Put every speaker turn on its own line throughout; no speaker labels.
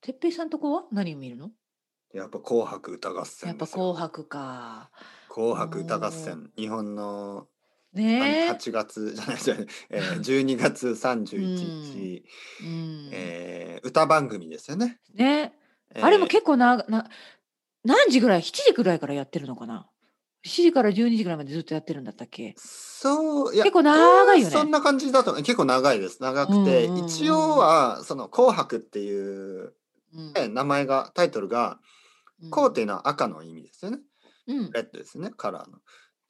てっぺいさんとこは何を見るの
やっぱ紅白歌合戦
やっぱ
ですよ
紅白か。
紅白歌合戦日本の
ねえ。
8月じゃないじゃない、えー、12月31日、
うん
えー歌番組ですよね。
ね
えー
あれも結構な、な、何時ぐらい ?7 時ぐらいからやってるのかな ?7 時から12時ぐらいまでずっとやってるんだったっけ
そういや
結構長いよね
そんな感じだと結構長いです長くて、
うんうんうん
一応はその「紅白」っていう、
うん
ね名前がタイトルが「紅」っていうのは赤の意味ですよね
うん
レッドですねカラーの。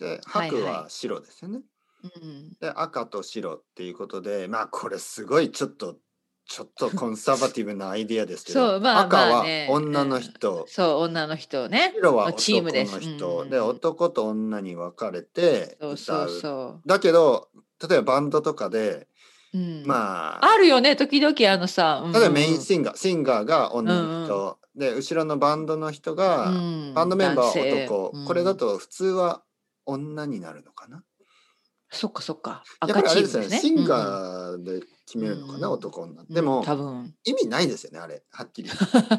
で「
はいはい
白」は白ですよね。
うん
で赤と白っていうことでまあこれすごいちょっとちょっとコンサバティブなアイディアです け
そう
ど、
まあ
赤
まあ
は
ね
女の人、
そう、女の人ね。
白は
のチーム
男
です
の人
うん
で男と女に分かれて歌
そううそうそ
だけど例えばバンドとかで、
う。うん、
まあ
あるよね、時々あのさ。
例えばメインシンガー、シンガーが女の人、で後ろのバンドの人が、バンドメンバーは男、これだ。
うん男性うん
と普通は女になるのかな
そっかそっか。
やっ
赤
ぱりあ
チ
れ
ー
で
ム
すよ
です
ね
ね。
シン
ー。
ガーで決めるのかな、
うん
男女でも、
多分
意味ないですよねあれはっきり、は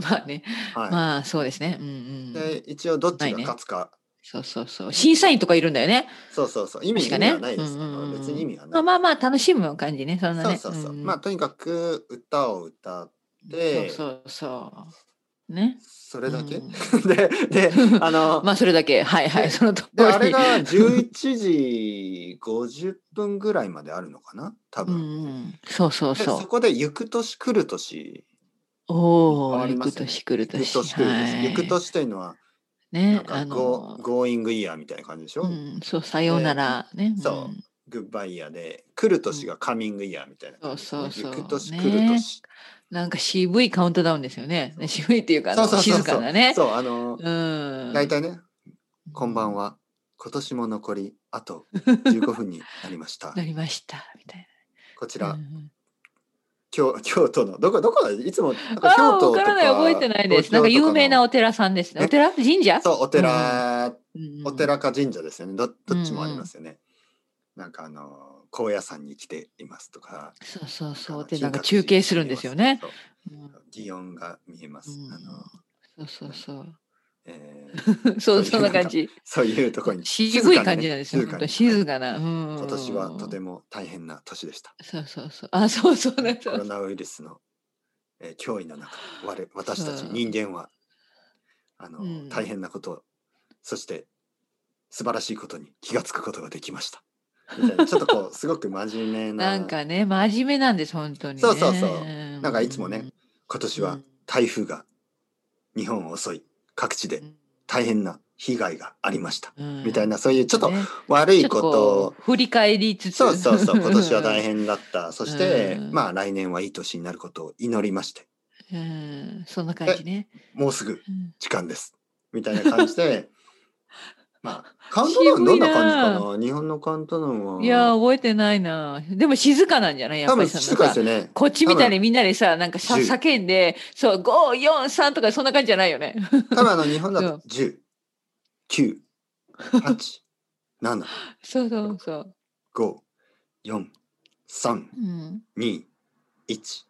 まあね、
い
まあそうですね。うんうん。
で一応どっちが勝つか、
そうそうそう。審査員とかいるんだよね。
そうそうそう意味,、
確か
意
ね
味はないですけど、
うんうんうん
別に意味はな
ま
い、
あまあまあ楽しむ感じね。そんな
そう
ね。
そうそう、
んん
まあとにかく歌を歌って
そうそうそう。ね。
それだけ、
うん
で であの、
まあそれだけ。はいは
で
い。その通り。
であれが11時50分ぐらいまであるのかな多
うん
分、
うん。そうそう
で
そ。
そうこで行く年来る年
おお、
変わり
行
ま
く
すよね
年来る
行く
年。
年来る年、
はい
行く年というのはな
ね
ん、か
あ
ゴ
の
ー、ゴーイングイヤーみたいな感じでしょ、
うん、そう、さようなら、ね。
そ
ん
グッバイイヤーで来る年がカミングイヤーみたいな感じですね、
そうそうそう
行く年
ね
来る年、
なんか渋いカウントダウンですよね。ね渋いっていうか、あ
そ
の
うそうそうそう
静かなね。
そうあの
うん。
大体ね「こんばん
は。
は今年も残りあ と15分になりました
なりました、みたい
こち
な。
ら
うん
京京都のどこどこだいつもなんか
あ
京
あ、わ
都とか
からない、覚えてないです。なんか有名なお寺さんですね。
ね
お寺神社
そうお寺、
うんうん
お寺か神社ですよねどどっちもありますよね、なんかあの高野山に来ていますとか
そうそう
あ
そう。
の
で、
金
なんか
閣寺
中継するんですよね。うん
そう祇園が見えます、あの、
そうそうそう。
え
そ
ーそういう
う、そんな感じ。
そういうところに
渋い感じなんですよ。
静
本
か
当
に
に
静
静
か
かな。
に
今
今年はとても大変な年 でした。
そうそうそう。あ、そうそうなん
コ
そ
ロ
う。
ナウイルスの、えー脅威の中、我私たち
そう
人間はあの、
うん
大変なことを、そして素晴らしいことに気がつくことができま した。みたいなちょっとこうすごく真面目な
なんかね、真面目なんです、本当に、ね。
そうそうそう
な
なんかいつもね今年は台風が日本を襲い各地で大変な被害がありました。みたい
な、
なそういうちょっと
ね
悪い
ちょっ
ことと
こう振り返りつつ。
そうそう そう、今年は大変だった。そして、
うん
まあ来年はいい年になることを祈りまして、
変。うん、そんな感じね。
もうすぐ
うん
時間です。みたいな感 じで、まあ、カウントダウンどんな感じかな日本のカウントダウンは。
いやー、覚えてないな。でも静かなんじゃないやっ
多
ぱ
分
りその
静かですよね。
こっちみたいにみんなでさ、なんかさ
10
叫んで、そう、5、4、3とかそんな感じじゃないよね。
多分あの日本だ
そ
と
う
10、9、8、7、
そうそうそう。
5、4、3、
うん、
2、1。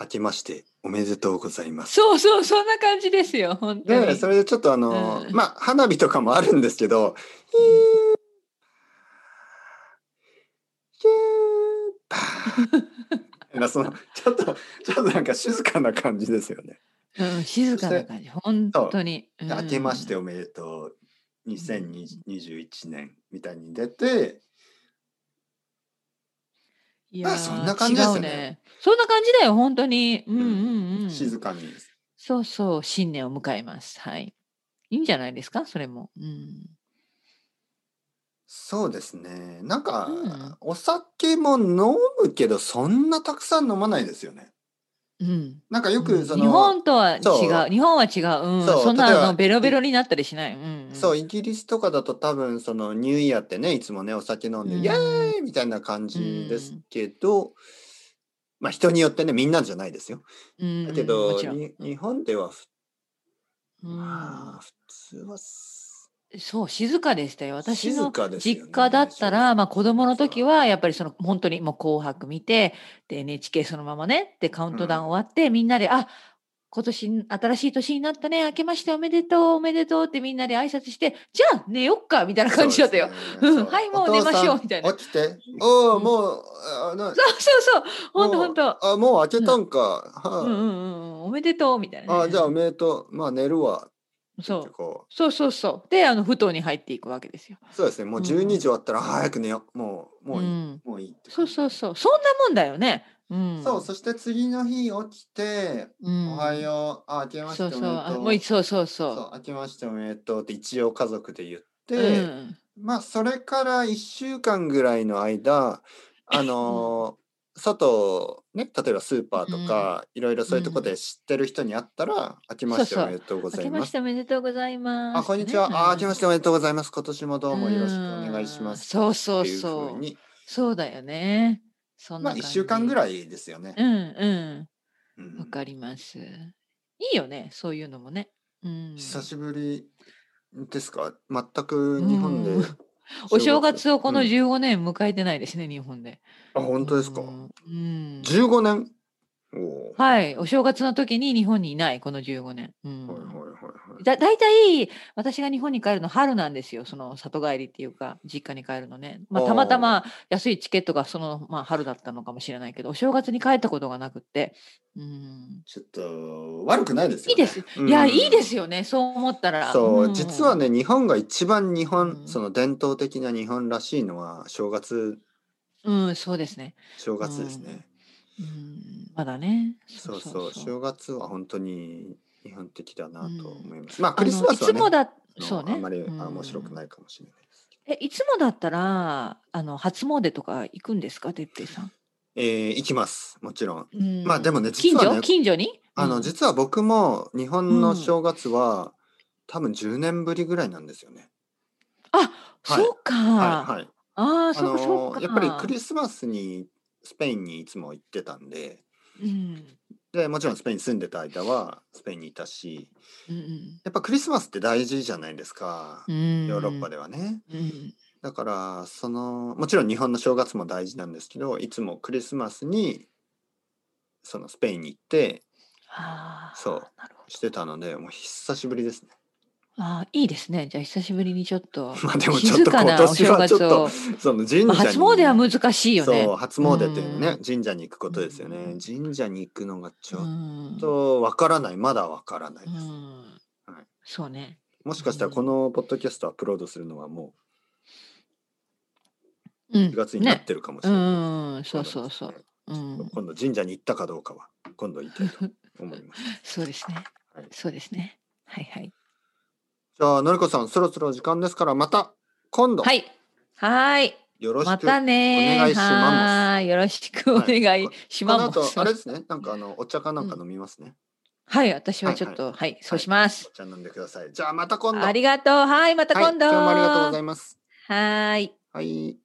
明けましておめでとうございます。
そうそう、そんな感じですよ、本当に。
で、それでちょっとあの、
うん
まあ、花火とかもあるんですけど、ヒューバーンなんかそのちょっと、ちょっとなんか静かな感じですよね。
うん、静かな感じ、本当に。うん
明けましておめでとう、2021年みたいに出て、
いやー
あそんな感じですよね
違うそんな感じだよ、本当に。うんうんうん。
静かに。
そうそう、新年を迎えます。はい。いいんじゃないですか、それも。うん。
そうですね。なんか、
うん
お酒も飲むけど、そんなたくさん飲まないですよね。
うん、
なんかよ
う
く
ん
その、
日本とは違
そう
う日本は違う、うん、
そう
そん
例え
な
ば
のベロベロになったりしない、うんうん、
そうイギリスとかだと多分そのニューイヤーってねいつもねお酒飲んで、
うん
イエーイみたいな感じですけど、まあ人によってねみんなじゃないですよ。
うん、
だけど、
もちろん
に日本ではふ、
うん
まあ普通はす
そう静かでしたよ私
静
の
かですよね
実家だったら、まあ、子供の時
そう
はやっぱりその本当にもう「紅白」見てで NHK そのままねでカウントダウン終わって、みんなで「あ今年新しい年になったね明けましておめでとうおめでとうってみんなで挨拶してじゃあ寝よっかみたいな感じだったよ。
そうですね
うんはいもう寝ましょうみたいな
お父さん起きて。おお、
うん
もう、あ
そ
な
うそうそうほんと
もう
ほんと。
あ、もう開けたんか。
うん
は
うんうんおめでとうみたい
い
なね、
あ、じゃあ、おめでとう。まあ、寝るわ。
そ
って
う
こ
そうそうそうであの布団に入っていくわけですよ。
う。そうですね。もう
うん
12時終わったら、早く寝よう。もう、もういい。
ん、
もういいって。
そうそうそうそんなもんだよね。うん、
そう、そして次の日起きて、
うん、
おはよう。あ、明けまして
そ
お
う
め
そ
で
うあ
とう。
もうそうそう
そ
そう
明けましておめでとうって一応家族で言っ
う。
て、
うん
まあそれから1週間ぐらい の間あのー外ね例えばスーパーとか、いろいろそういうとこで知ってる人に会ったら「明けましておめでとうご
明
ざ
け
い
ま
ま
し
す
ておめでとうござい」ます。
あこんにちは、
ね
あ明けましておめでとうございます今年もどうもよろしくお願いします」
うんそうそ
っ
う
ていう
そ
ふ
う
う。に
そうだよね。そんな
まあ
感
1
じ
週間ぐらいですよね
う。んう。
うんん
わかります。いいよね、そういうのもね。うん、
久しぶりですか全く日本で
うん。お正月をこの
うん
15年迎えてないですね、日本で。
あ本当ですか。
うんうん
15年おー
はい、お正月の時に日本にいない、この15年。うん
はいはいはいはい。
だ大体私が日本に帰るの春なんですよその里帰りっていうか実家に帰るのね、まあ、
あー
たまたま安いチケットがその、まあ、春だったのかもしれないけどお正月に帰ったことがなくってうん
ちょっと悪くないです
い
よ、
い
ね。
です、いや
うん
いいですよねそう思ったら
そう、
ん
実はね日本が一番日本、
うん
その伝統的な日本らしいのは正月
うんそうですね、
正月ですね、
うん、まだね
そうそう正月は本当に日本的だなと思います、まあ
あの
クリスマスはいね
つもだ
あの
そうね
あんまりあの面白くないいかもしれないですけど、
えいつもだったらあの初詣とか行くんですかてっぺいさん、
えー行きますもちろん
うん
まあでもね
近
実は
所
ね
近所に
あ
う
の
ん
実は僕も日本
う
の
ん
正月は、多分10年ぶりぐらいなんですよね。
あそうか、
はいはい。
ああ、
あ
そうかそう
の
か。
やっぱりクリスマスにスペインにいつも行ってたんで、
うん
でもちろんスペインに住んでた間はスペインにいたし
うん
やっぱクリスマスって大事じゃないですか、
うん、
ヨーロッパではね
うん。
だからそのもちろん日本の正月も大事なんですけどいつもクリスマスにそのスペインに行って
ああ、
そう
なるほど。
してたのでもう久しぶりですね
ああ、いいですね。じゃあ久しぶりにちょっと
まあ でもちょっ
静
と
か
今
なお
年
正
はち
月
ょっと
を。
その神社に、
まあ、初詣は難しいよね
そう。初詣っていうのね神社に行くことですよ
う
ね
ん
神社に行くのがちょ
う
っ
ん
とわからないまだわからないで
う
す、
ん
はい
そうね。
もしかしたらこのポッドキャストをアップロードするのはもう
うん
4月になっ
ね
てるかもし
う
れ
ん
ない。
うんうん、そうそうそう。う
なんですね。
ん、
今度神社に行ったかどうかは今度行きたいと思います。
そうですね
はい。
そうですね。はいはい。
じゃあのりこさんそろそろ時間ですからまた今度
はい。はーい。
よろし
ま
く。
たねー。
お願いします
はーいよろしくお
はい
願いし
こ
ま
の
す。
後あれですねなんかあのお茶かなんか飲みますね。
はい、私はちょっと、はい、そうします
お。茶飲んでください。じゃあまた今度。
ありがとう。はい、また今度。
はい、今日もありがとうございます。
はーい。
はい。